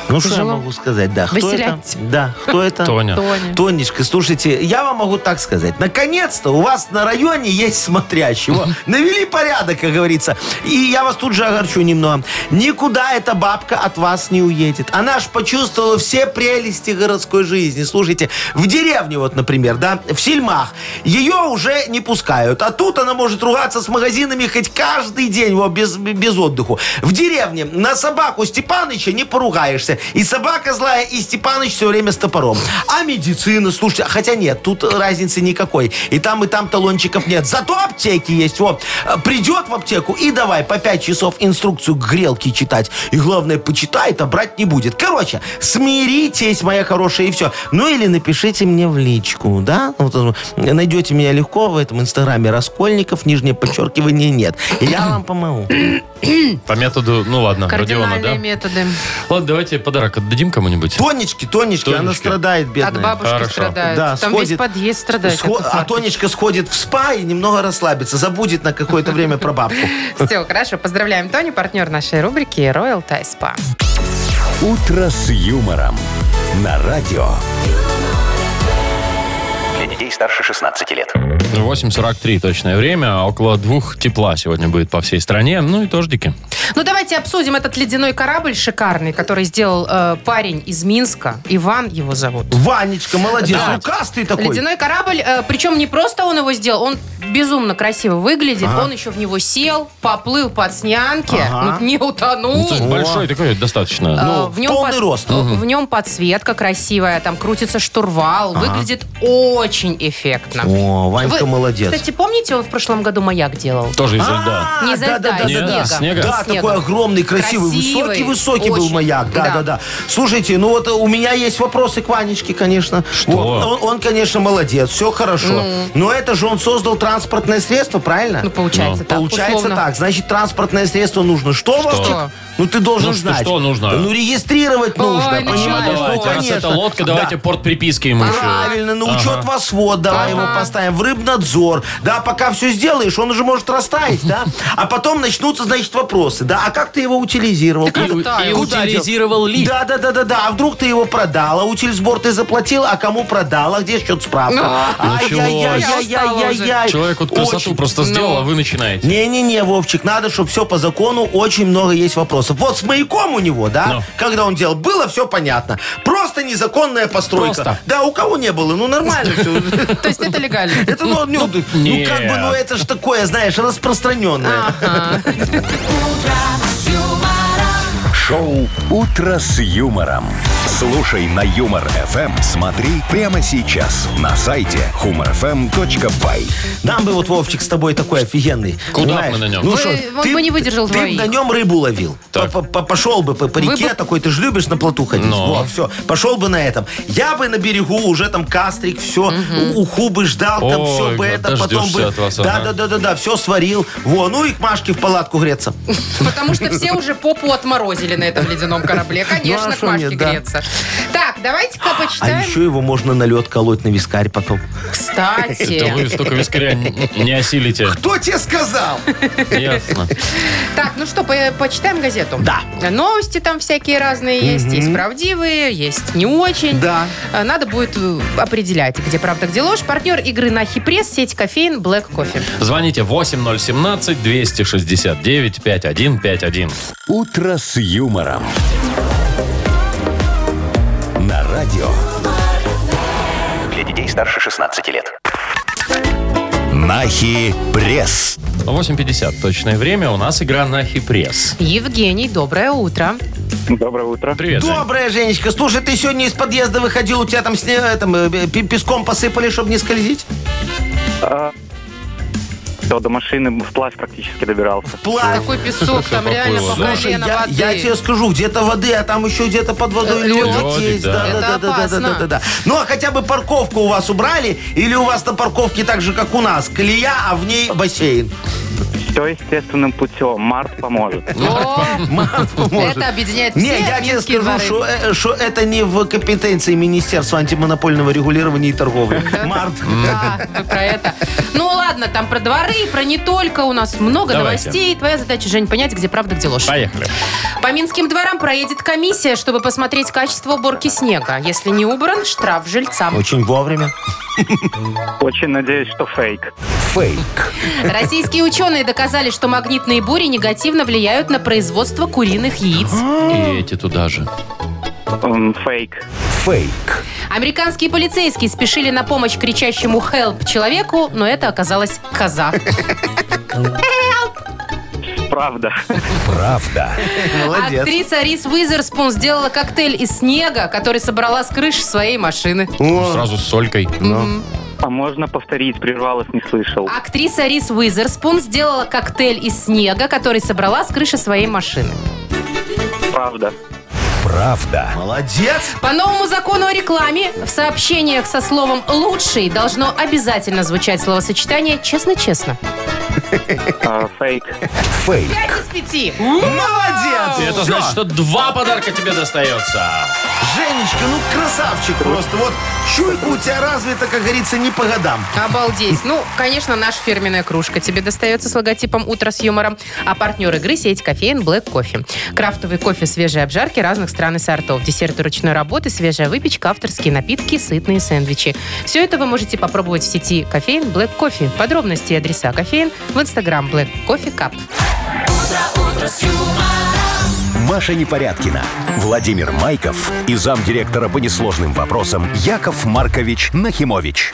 Ну, что я Тяжело. могу сказать, да. Кто это? Выселяйте. Да, кто это? Тоня. Тоня. Тонечка, слушайте, я вам могу так сказать. Наконец-то у вас на районе есть смотрящего. Навели порядок, как говорится. И я вас тут же огорчу немного. Никуда эта бабка от вас не уедет. Она ж почувствовала все прелести городской жизни. Слушайте, в деревне вот, например, да, в Сельмах, ее уже не пускают. А тут она может ругаться с магазинами хоть каждый день, вот, без, без отдыху. В деревне на собаку Степаныча не поругаешься. И собака злая, и Степаныч все время с топором. А медицина, слушайте, хотя нет, тут разницы никакой. И там, и там талончиков нет. Зато аптеки есть. Вот, придет в аптеку и давай по 5 часов инструкцию к грелке читать. И главное, почитает, а брать не будет. Короче, смиритесь, моя хорошая, и все. Ну или напишите мне в личку, да? Вот, э, найдете меня легко в этом инстаграме Раскольников, нижнее подчеркивание нет. И я вам помогу. По методу, ну А ладно, Родиона, Кардинальные да? методы. Ладно, давайте подарок отдадим кому-нибудь. Тонечки, Тонечки, она Тонечка. страдает, бедная. Так бабушки Хорошо. страдают. Да, Там весь сходит- подъезд страдает. Схо- А Тонечка сходит в спа и немного расслабится, забудет на какое-то время про бабку. Все, хорошо. Поздравляем Тоню, партнер нашей рубрики Royal Thai Spa. «Утро с юмором» на радио. Для детей старше 16 лет. 8.43 точное время, а около двух тепла сегодня будет по всей стране, ну и дождики. Ну, давайте обсудим этот ледяной корабль шикарный, который сделал э, парень из Минска. Иван его зовут. Ванечка, молодец, Да. рукастый такой. Ледяной корабль, э, причем не просто он его сделал, он безумно красиво выглядит. Он еще в него сел, поплыл под снянки, Ага. ну, не утонул. То есть большой такой достаточно. Э, ну, полный рост. В нем подсветка красивая, там крутится штурвал, выглядит очень эффектно. О, Ванька Вы, молодец. Кстати, помните, он в прошлом году маяк делал? Тоже из льда. А, Не изо да, льда, да, да, из да, снега. да. Снега? Да, Из снега. такой огромный, красивый, Красивый, высокий, высокий был очень. маяк. Да, Да. да, да, Слушайте, ну вот э, у меня есть вопросы к Ванечке, конечно. Что? Вот, ну, он, он, конечно, молодец, все хорошо. Но это же он создал транспортное средство, правильно? Ну, получается так. Получается условно. так. Значит, транспортное средство нужно. Что, Вовчик? Ну, ты должен Ну, что- знать. что нужно? Ну, регистрировать Ой, нужно. ну, А, понимаешь? давайте, Ну, раз это конечно. лодка, Да. давайте порт приписки ему еще. Правильно, на учет вас вот, давай его поставим в рыбнадзор. Да, пока все сделаешь, он уже может растаять, да? А потом начнутся, значит, вопросы, да? А как ты его утилизировал? Так Куда- он И Оставил. куда дел? утилизировал ли? Да, да, да, да, да. А вдруг ты его продал, а утильсбор ты заплатил, а кому продал, а где счет справка? Ай-яй-яй-яй-яй-яй-яй. Человек вот красоту Очень- просто сделал, а вы начинаете. не-не-не, Вовчик, надо, чтобы все по закону, очень много есть вопросов. Вот с маяком у него, да, Ну. когда он делал, было все понятно. Просто незаконная постройка. Просто. Да, у кого не было, ну нормально все. То есть это легально. Это ну, ну, ну, нет. как бы, ну это ж такое, знаешь, распространенное. Шоу «Утро с юмором». Слушай на Юмор ФМ. Смотри прямо сейчас на сайте humorfm.by. Нам бы вот, Вовчик, с тобой такой офигенный. Куда бы понимаешь? мы на нем? Ну, Вы- шо, он бы не выдержал ты двоих. на нем рыбу ловил. Так. По- по- Пошел бы по, по Вы реке бы- такой, ты же любишь на плоту ходить. Но. Во, все. Пошел бы на этом. Я бы на берегу уже там кастрик, все, уху бы ждал, там Ой, все бы это, потом дождешься бы. от вас, да, ага. да, да, да, да, все сварил. Во, ну и к Машке в палатку греться. Потому что все уже попу отморозили на этом ледяном корабле. Ну, Конечно, а к шо Машке нет, да. греться. Так, давайте-ка А почитаем. еще его можно на лед колоть на вискарь потом. Да Кстати. вы столько вискаря н- не осилите. Кто тебе сказал? Ясно. Так, ну что, по- почитаем газету? Да. Новости там всякие разные есть. Есть правдивые, есть не очень. Да. Э, Надо будет э, определять, где правда, где ложь. Партнер игры на Пресс, сеть кофеин Black Coffee. Звоните 8017-269-5151. «Утро с юмором». На радио. Для детей старше 16 лет. Нахи пресс. 8.50 точное время. У нас игра на хипресс. Евгений, доброе утро. Доброе утро. Привет, Жень. Добрая, Женечка. Слушай, ты сегодня из подъезда выходил, у тебя там, сне- э, там, э, пе- песком посыпали, чтобы не скользить? Все, А, до машины вплавь практически добирался. Плавь. Такой песок там Какой реально по ужас. Слушай, колено я, воды. я тебе скажу, где-то воды, а там еще где-то под водой Э, лед лёдик, есть. да. Да, Это да, да, да, да, опасно. да, да, да. Ну а хотя бы парковку у вас убрали, или у вас на парковке так же, как у нас, колея, а в ней бассейн. Все естественным путем. Март поможет. О, Мам, поможет. Это объединяет Не, все я тебе минские скажу, дворы. что, э, что это не в компетенции Министерства антимонопольного регулирования и торговли. Март. Да, вы про это. Ну ладно, там про дворы, про не только. У нас много Давайте. новостей. Твоя задача, Жень, понять, где правда, где ложь. Поехали. По Минским дворам проедет комиссия, чтобы посмотреть качество уборки снега. Если не убран, штраф жильцам. Очень вовремя. Очень надеюсь, что фейк. Фейк. Российские ученые доказали, что магнитные бури негативно влияют на производство куриных яиц. И эти туда же. М, Фейк. Фейк. Американские полицейские спешили на помощь кричащему «help» человеку, но это оказалась коза. Правда. Правда. Молодец. Актриса Рис Уизерспун сделала коктейль из снега, который собрала с крыш своей машины. Сразу с солькой. А можно повторить? Прервалось, не слышал. Актриса Рис Уизерспун сделала коктейль из снега, который собрала с крыши своей машины. Правда. Правда. Молодец. По новому закону о рекламе в сообщениях со словом «лучший» должно обязательно звучать словосочетание «честно-честно». А, Фейк. Фейк. Пять из пяти. Молодец. И это Всё. значит, что два подарка тебе достается. Женечка, ну красавчик просто. Вот чуйка у тебя развита, как говорится, не по годам. Обалдеть. Ну, конечно, наша фирменная кружка тебе достается с логотипом «Утро с юмором», а партнер игры – сеть кофеин «Блэк Кофе». Крафтовый кофе свежей обжарки разных стран и сортов, десерты ручной работы, свежая выпечка, авторские напитки, сытные сэндвичи. Все это вы можете попробовать в сети кофеин «Блэк Кофе». Подробности и адреса кофеин в инстаграм «Блэк Кофе Кап». Маша Непорядкина, Владимир Майков и замдиректора по несложным вопросам Яков Маркович Нахимович.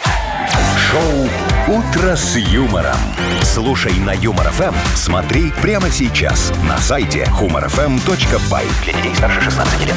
Шоу «Утро с юмором». Слушай на Юмор ФМ, смотри прямо сейчас на сайте humorfm.by. Для детей старше 16 лет.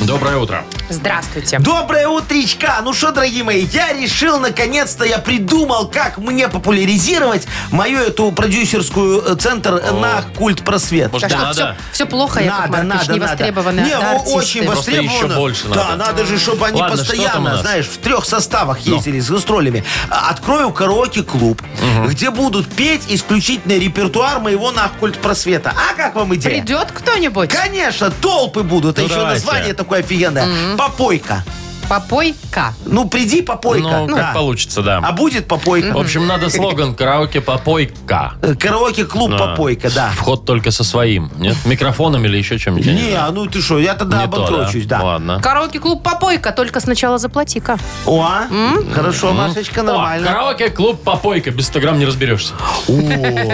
Доброе утро. Здравствуйте. Доброе утречка! Ну что, дорогие мои, я решил, наконец-то, я придумал, как мне популяризировать мою эту продюсерскую э, центр на культ просвет. Может, что, надо? Все, плохо, Яков Маркович, не востребованные Не, о- артисты? очень Просто еще востребовано. больше надо. Да, надо же, чтобы они Ладно, что там у постоянно, нас? Ну. знаешь, в трех составах ездили с гастролями. А, Открою караоке-клуб, где будут петь исключительный репертуар моего нахкульт просвета. А как вам идея? Придет кто-нибудь? Конечно, толпы будут. Ну, а еще давайте. название такое офигенное. Попойка. Попойка. Ну, приди попойка. Ну, Да. как получится, А да. будет В попойка. общем, надо слоган «Караоке попойка». Э, Караоке-клуб Да. попойка, да. Вход только со своим. Нет? Микрофоном или еще чем-нибудь? Я не Не, знаю. а ну ты что, я тогда Не то, обанкрочусь, да. Ладно. Караоке-клуб «Попойка», только сначала заплати-ка. О, а? хорошо, Машечка, О, нормально. караоке клуб попойка, без 100 грамм не разберешься.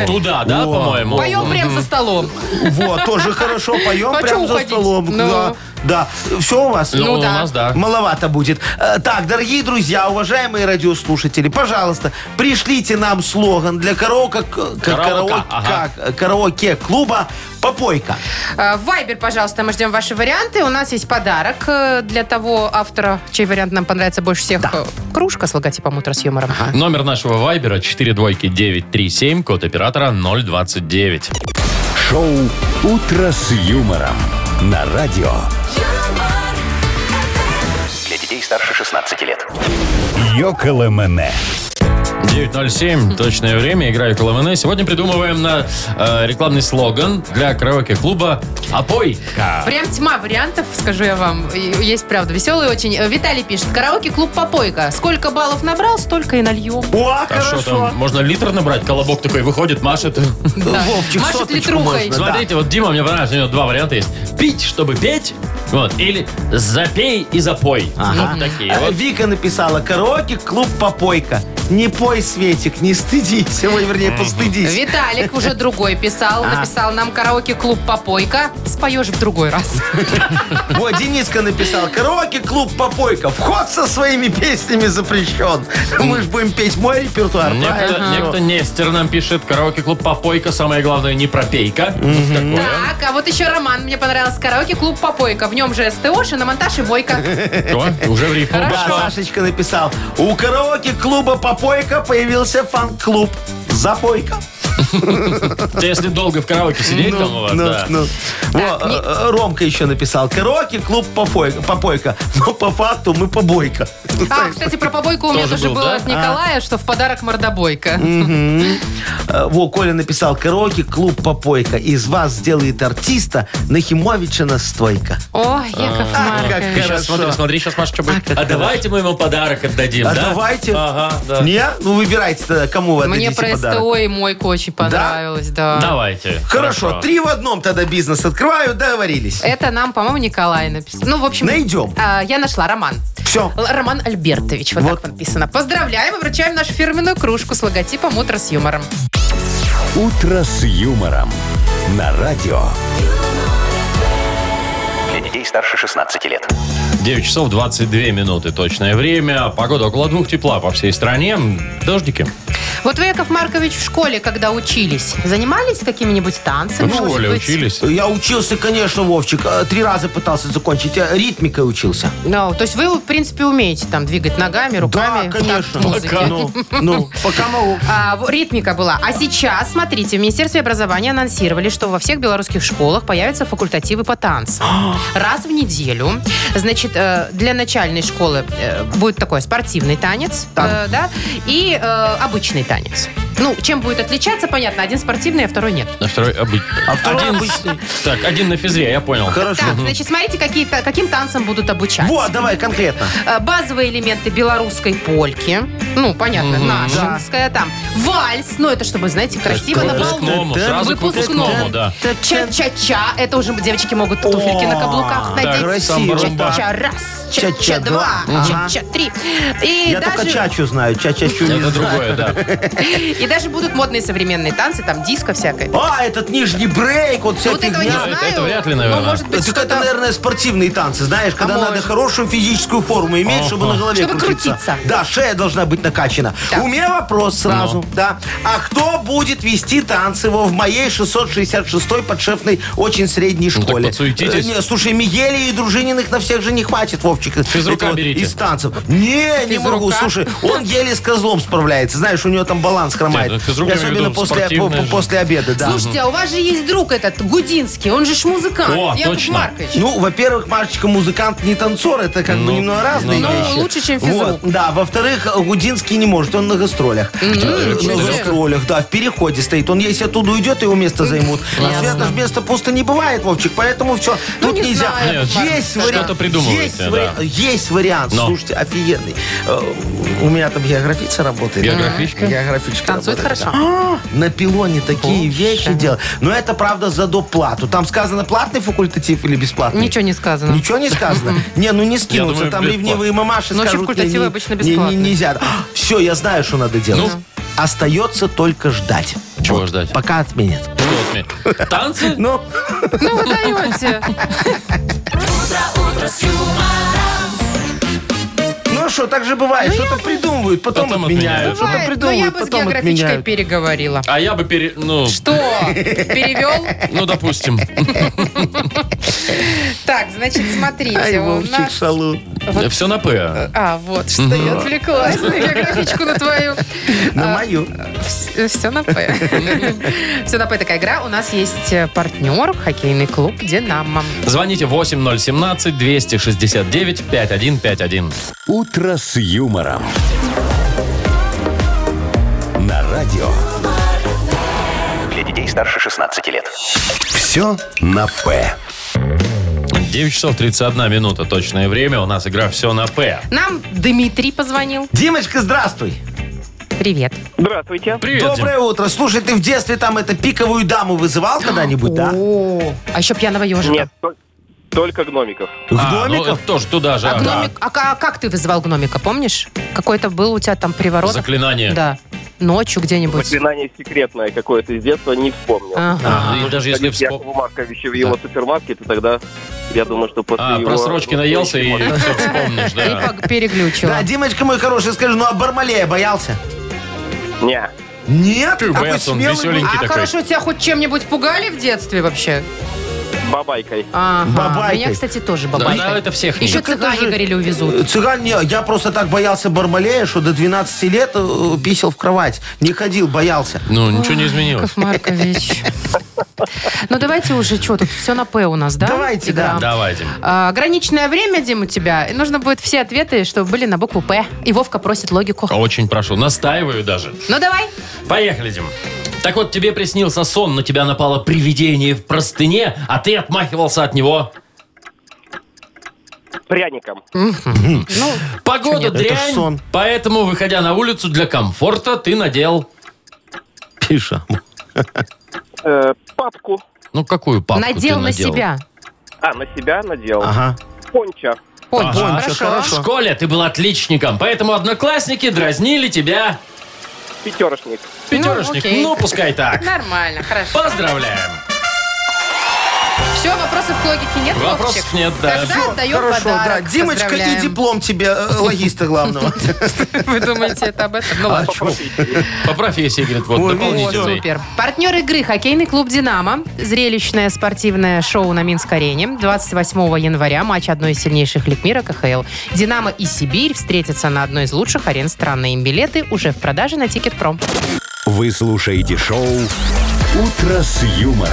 Туда, да, О. по-моему? Поем прям за столом. Вот, тоже хорошо, поем Хочу прямо за уходить. столом. Ну. Да, да. Все у вас? Ну, Ну у да. нас да. Маловато будет. Э, Так, дорогие друзья, уважаемые радиослушатели, пожалуйста, пришлите нам слоган для караоке, Караока, ага. караоке клуба «Попойка». Э, в Вайбер, пожалуйста, мы ждем ваши варианты. У нас есть подарок э, для того автора, чей вариант нам понравится больше всех. Э, Кружка с логотипом «Утро с юмором». Номер нашего вайбера 42937, код оператора 029. Шоу «Утро с юмором» на радио Для детей старше 16 лет. Йоколэмэне. 9.07, точное время, играю КЛМН. Сегодня придумываем на э, рекламный слоган для караоке-клуба «Опойка». Прям тьма вариантов, скажу я вам. И Есть, правда, веселый очень. Э, Виталий пишет. Караоке-клуб «Попойка». Сколько баллов набрал, столько и нальем. А О, что хорошо. там, можно литр набрать? Колобок такой выходит, машет. Да. Вовчик, Машет соточку литрухой. можно, да. Ну Смотрите, вот Дима, мне понравилось, у него два варианта есть. Пить, чтобы петь, вот, или запей и запой. Ага. Вот такие А, вот. Вика написала, караоке, клуб попойка. Не пой, Светик, не стыдись. Ой, вернее, постыдись. Виталик уже другой писал. Написал нам караоке-клуб «Попойка». Споешь в другой раз. Вот, Дениска написал, караоке, клуб попойка. Вход со своими песнями запрещен. Мы же будем петь мой репертуар, Некто, правильно? некто Нестер нам пишет, караоке-клуб «Попойка», самое главное, не пропейка. Вот такое. Так, а вот еще Роман. Мне понравился караоке-клуб «Попойка». В нем же СТО, шиномонтаж и бойка. Кто? Уже в рифму Да, пошло. Сашечка написал, у караоке клуба попойка появился фан-клуб. Запойка. Ты если долго в караоке сидеть там у вас, ну, да. ну. Так, Во, не- э, э, Ромка еще написал, караоке, клуб попойка, попойка. Но по факту мы побойка. А, кстати, про побойку у меня Тоже тоже был, да? было от Николая, что в подарок мордобойка. Э, Во, Коля написал, караоке, клуб попойка. Из вас сделает артиста Нахимовича настойка. О, Яков А, как Маркович. Ты сейчас Хорошо. смотри, смотри, сейчас Маша что будет. А давайте мы ему подарок отдадим, А да? давайте. Ага, да. Не? Ну, выбирайте тогда, кому вы Мне отдадите про подарок. СТО и мойку очень понравилось, да. Давайте. Хорошо, три в одном тогда бизнес открываю, договорились. Это нам, по-моему, Николай написал. Ну, в общем... Найдем. а, Я нашла Роман. Все. Л- Роман Альбертович, вот, так написано. Поздравляем и вручаем нашу фирменную кружку с логотипом «Утро с юмором». «Утро с юмором» на радио. Для детей старше 16 лет. 9 часов 22 минуты точное время. Погода около двух тепла по всей стране. Дождики. Вот вы, Яков Маркович, в школе, когда учились, занимались какими-нибудь танцами? В может школе быть? учились. Я учился, конечно, Вовчик. э, Три раза пытался закончить. Я ритмикой учился. Да, Ну, то есть вы, в принципе, умеете там двигать ногами, руками. в да, такт конечно. музыке. Ну, ну, пока могу. А, в- ритмика была. А сейчас, смотрите, в Министерстве образования анонсировали, что во всех белорусских школах появятся факультативы по танцам. Раз в неделю. Значит, э, для начальной школы э, будет такой спортивный танец, э, да, и э, обычный танец. Ну, чем будет отличаться, понятно, один спортивный, а второй нет. А второй обы- второй один... обычный. Так, один на физре, я понял. Хорошо. Так, значит, смотрите, какие, та- каким танцам будут обучать. Вот, давай конкретно. Э, базовые элементы белорусской польки. Ну, понятно, нашинская там. Вальс, ну это чтобы, знаете, красиво на балу. Выпускному, сразу к выпускному, да. Ча-ча-ча. Это уже девочки могут туфельки на каблуках надеть. красиво. Ча-ча раз, Ча-ча ча-ча-два, два. ча-ча-три. И Я только даже- чачу знаю, чачачу не Это знаю. другое, да. и даже будут модные современные танцы, там диско всякое. Ну, А, этот нижний брейк, вот Вот всякие этого не дня. знаю. это вряд ли, Ну, наверное. может быть, Это, это, что-то- наверное, спортивные танцы, знаешь, когда надо может. хорошую физическую форму иметь, чтобы на голове Чтобы крутиться. Да, шея должна быть накачана. Так. У меня вопрос Ну. сразу, да. А кто будет вести танцы во в моей 666-й подшефной очень средней Ну, так школе? подсуетитесь. Э, не, слушай, Мигели и Дружининых на всех же не хватит, Вовчик. Физрука Это вот берите. Из танцев. Не, не Физрука? могу, слушай, он еле с козлом справляется, знаешь, у него там баланс хромает. ну, физрук, я имею в Особенно виду, после, спортивная по- же. после обеда, да. Слушайте, а у вас же есть друг этот, Гудинский, он же ж музыкант. О, Яков точно. Маркович. Ну, во-первых, Машечка музыкант не танцор, это как бы немного разные ну, вещи. лучше, чем физрук. Вот, да, во-вторых, Гудинский не может, он на гастролях. Э, ничего На себе. гастролях, да, в переходе стоит. Он если оттуда уйдет, его место займут. А Света ж место пусто не бывает, Вовчик, поэтому все, Ну, тут не нельзя. знаю, Яков Маркович. Есть вариант. Что-то придумываете, есть, да. вариа- есть вариант, Но. слушайте, офигенный. Э, У меня там географица работает. Географичка? Географичка Танцует работает, хорошо. да. На пилоне такие вещи делают. Но это, правда, за доплату. Там сказано, платный факультатив или бесплатный? Ничего не сказано. А, Ничего не сказано? Не, ну не скинуться. думаю, Там бесплатно. ревнивые мамаши Но вообще скажут, факультативы не, не, обычно не, не, бесплатные. нельзя. Все, я знаю, что надо делать. Остается только ждать. Чего ждать? Пока отменят. Что вот мне? Танцы? Ну, Ну, вы даете. ну что, так же бывает. Что-то придумывают, потом, Потом отменяют. отменяют. Бывает, Что-то Но я придумывают, бы с потом географичкой отменяют. переговорила. А я бы пере... Ну, Что? Перевел? ну допустим. Так, значит, Ай, смотрите, у Вовчик, нас... э, шалун. Все на «П». А, вот, что я отвлеклась на географичку на твою. э, На мою. Все на П. Все на П такая игра. У нас есть э, партнер, хоккейный клуб «Динамо». Звоните 8017-269-5151. «Утро с юмором». на радио. Для детей старше 16 лет. Все на П. 9 часов 31 минута точное время. У нас игра «Все на П». Нам Дмитрий позвонил. Димочка, здравствуй. Привет. Здравствуйте. Привет, Дим. Доброе утро. Слушай, ты в детстве там это пиковую даму вызывал когда-нибудь, да? О, а еще пьяного ежика. Нет, то- только гномиков. А, ну, Гномиков? это тоже туда же. А, ага. гномик- а ка- как ты вызывал гномика, помнишь? Какой-то был у тебя там приворот? Заклинание. Да. Ночью где-нибудь. Заклинание секретное какое-то из детства, не вспомнил. Ага. А, и даже если Если вспом- Якову Марковичу в его супермаркете, тогда я думаю, что после А, его... просрочки наелся и все вспомнишь, И да. пог- переглючила. Да, Димочка, мой хороший, скажи, ну а Бармалея боялся? Не. Нет, какой Бэс, он смелый веселенький. был. а такой. хорошо, тебя хоть чем-нибудь пугали в детстве вообще? Бабайкой. Ага. Бабайкой. Меня, кстати, тоже Да, бабайка. да, это всех А Еще нет. цыгане горели увезут. Цыган, не, я просто так боялся Бармалея, что до 12 лет э, писал в кровать. Не ходил, боялся. Ну, ничего не изменилось. Яков Маркович. Ну давайте уже, что тут, все на П у нас, да? Давайте, да. Игра. Давайте. А, ограниченное время, Дим, у тебя. И нужно будет все ответы, чтобы были на букву П. И Вовка просит логику. Очень прошу. Настаиваю даже. Ну давай. Поехали, Дим. Так вот, тебе приснился сон, на тебя напало привидение в простыне, а ты отмахивался от него. Пряником. Ну, Погода Это дрянь, сон. поэтому, выходя на улицу для комфорта, ты надел... Пиша. Э, папку. Ну, какую папку ты надел на себя. А, на себя надел. Ага. Понча. Пончик, Ага. Пончик, хорошо. В школе ты был отличником, поэтому одноклассники дразнили тебя Пятерочник. пятерочник. окей. Ну, пускай так. Нормально, хорошо. Поздравляем. Все, вопросов к логике нет, Вопросов Вовчик? нет, да. Тогда отдаем Хорошо, да. подарок. Димочка, и Поздравляем. диплом тебе, э, логиста главного. Вы думаете, это об этом? Ну А ладно. чё? По профессии, говорит, вот Ой, О, дополнительный. супер. Партнер игры «Хоккейный клуб «Динамо». Зрелищное спортивное шоу на Минск-арене. 28 января матч одной из сильнейших лиг мира КХЛ. «Динамо» и «Сибирь» встретятся на одной из лучших арен страны. Им билеты уже в продаже на Тикет.Пром. Вы слушаете шоу «Утро с юмором»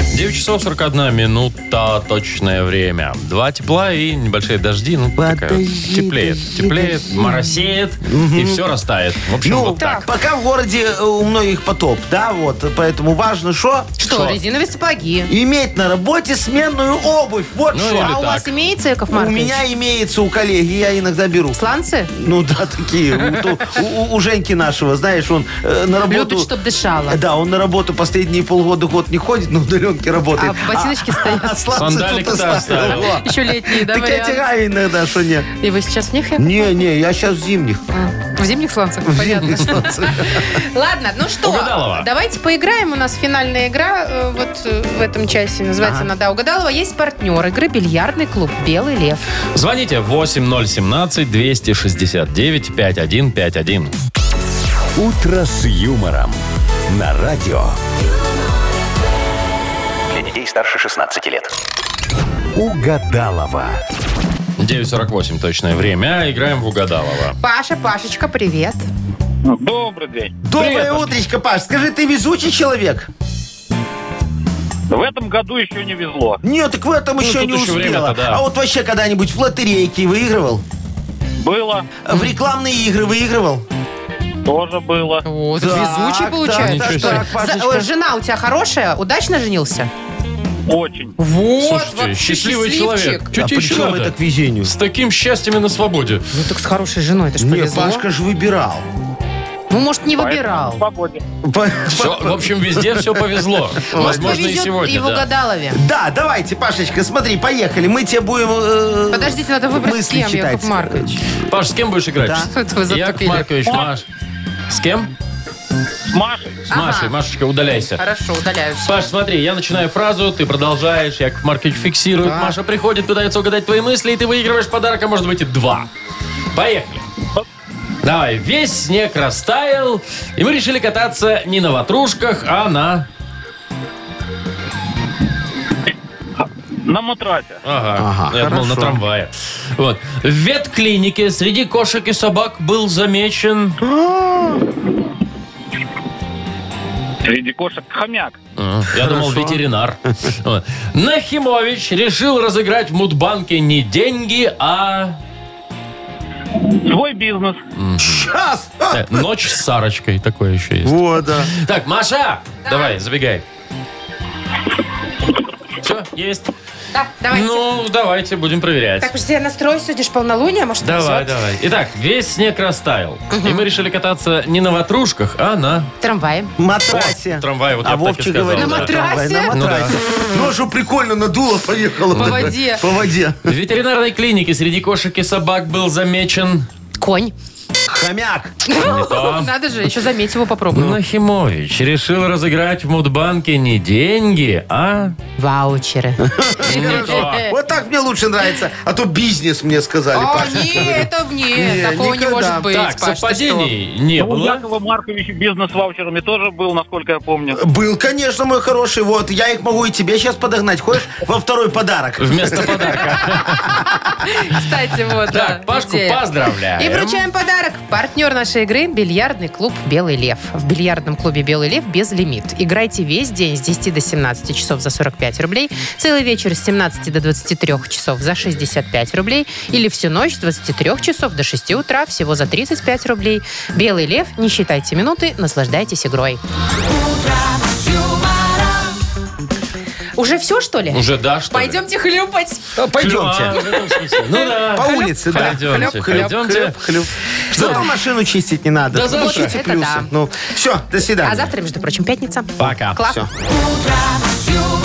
9 часов 41 минута точное время. Два тепла и небольшие дожди. Ну, такая вот Подожди, теплеет. дожди, Теплеет, дожди. моросеет, и все растает. В общем, Ну, вот так. пока в городе э, у многих потоп, да, вот, поэтому важно, что Что, резиновые сапоги? иметь на работе сменную обувь, вот Ну, что. или А у так. вас имеется, Яков У Маркович? меня имеется у коллеги, я иногда беру. Сланцы? Ну да, такие. У, ту- у- у Женьки нашего, знаешь, он э, на работу... Любит, чтоб дышала. Да, он на работу последние полгода, год не ходит, на удаленке А работает. ботиночки А стоят. сланцы Сандалик-то тут оставил. оставил. Во. Еще летние, да, Так я вариант? тягаю иногда, что нет. И вы сейчас в них? Яков? Не, не, я сейчас в зимних. В зимних сланцах, ну, В понятно. зимних сланцах. Ладно, ну что, Угадалова. давайте поиграем. У нас финальная игра э, вот э, в этом часе. Называется она «Да, угадалова». Есть партнер игры «Бильярдный клуб Белый лев». Звоните 8017-269-5151. «Утро с юмором» на радио. Для детей старше 16 лет. Угадалова. 9.48 точное время. Играем в Угадалова. Паша, Пашечка, привет. Добрый день. Доброе Пашка. утречко, Паш. Скажи, ты везучий человек? В этом году еще не везло. Нет, так в этом Ну, еще тут не еще успела. время-то, да. А вот вообще когда-нибудь в лотерейке выигрывал? Было, В рекламные игры выигрывал? тоже было. О, Так, везучий так, получается. так, что так, ли? Пашечка. За- о, Жена у тебя хорошая? Удачно женился? Очень. Вот, Слушайте, вообще счастливый человек. счастливчик. Чё а тебе еще причем надо? это к везению? С таким счастьем и на свободе. Ну так с хорошей женой, это ж Не, повезло. Пашка же выбирал. Ну, может, не выбирал. Поэтому свободен. По- Всё, в общем, везде все повезло. Может, Возможно, и повезет сегодня. и в да. Угадалове. Да, давайте, Пашечка, смотри, поехали. Мы тебе будем... э, Подождите, надо выбрать с мысли кем, Яков читать. Маркович. Паш, с кем будешь играть? Да. Что это вы Яков затупили? Маркович, Маш. С кем? С Машей. С Ага. Машей. Машечка, удаляйся. Хорошо, удаляюсь. Паш, смотри, я начинаю фразу, ты продолжаешь, Яков Маркович фиксирует, Маша приходит, пытается угадать твои мысли, и ты выигрываешь подарок, а может быть и два. Поехали. Давай, весь снег растаял, и мы решили кататься не на ватрушках, а на... На матрасе. Ага, Ага, я думал, на хорошо. трамвае. Вот. В ветклинике среди кошек и собак был замечен... Среди кошек хомяк. А, Я думал, ветеринар. Вот. Нахимович решил разыграть в Мудбанке не деньги, а... Свой бизнес. Сейчас! Э, Ночь с Сарочкой такое еще есть. Вот, да. Так, Маша, давай, забегай. Все, есть. Да, давайте. Ну, давайте будем проверять. Так, подожди, я настрою сегодня ж полнолуние, может, Давай, повезет. давай. Итак, весь снег растаял. И мы решили кататься не на ватрушках, а на Трамваи. Матрасе. О, трамвай, вот а я так и Вовчик сказал, говорит. да. На трамвай, матрасе? На Ну да. матрасе. Ну, что прикольно, надуло, поехало. По воде. По воде. ветеринарной клинике среди кошек и собак был замечен... Конь. Хомяк. Не то. Ну. Надо же, еще заметь его попробую. Нахимович решил разыграть в Мудбанке не деньги, а... Ваучеры. Э. то. Вот так мне лучше нравится. А то бизнес мне сказали. О, Паша. нет, это Не, мне. Такого не никогда. может быть, Так, Паш, ты совпадений не Ну, У было. Якова Марковича бизнес с ваучерами тоже был, насколько я помню. Был, конечно, мой хороший. Вот, я их могу и тебе сейчас подогнать. Хочешь во второй подарок? Вместо подарка. что? Кстати, вот, да, Так, Пашку идея. поздравляем. И вручаем подарок. Партнер нашей игры – бильярдный клуб «Белый лев». В бильярдном клубе «Белый лев» без лимит. Играйте весь день с 10 до 17 часов за 45 рублей, целый вечер с 17 до 23 часов за 65 рублей или всю ночь с 23 часов до 6 утра всего за 35 рублей. «Белый лев», не считайте минуты, наслаждайтесь игрой. Уже все, что ли? Уже да, что ли? Пойдемте хлюпать. А, А, Пойдемте. в этом смысле. Ну да. По улице, да. Пойдемте, пойдемте. Зато машину чистить не надо. Да за Ищите что? Это плюсы. да. Ну, все, до свидания. А завтра, между прочим, пятница. Пока. Класс. Всё. Утро с юмором.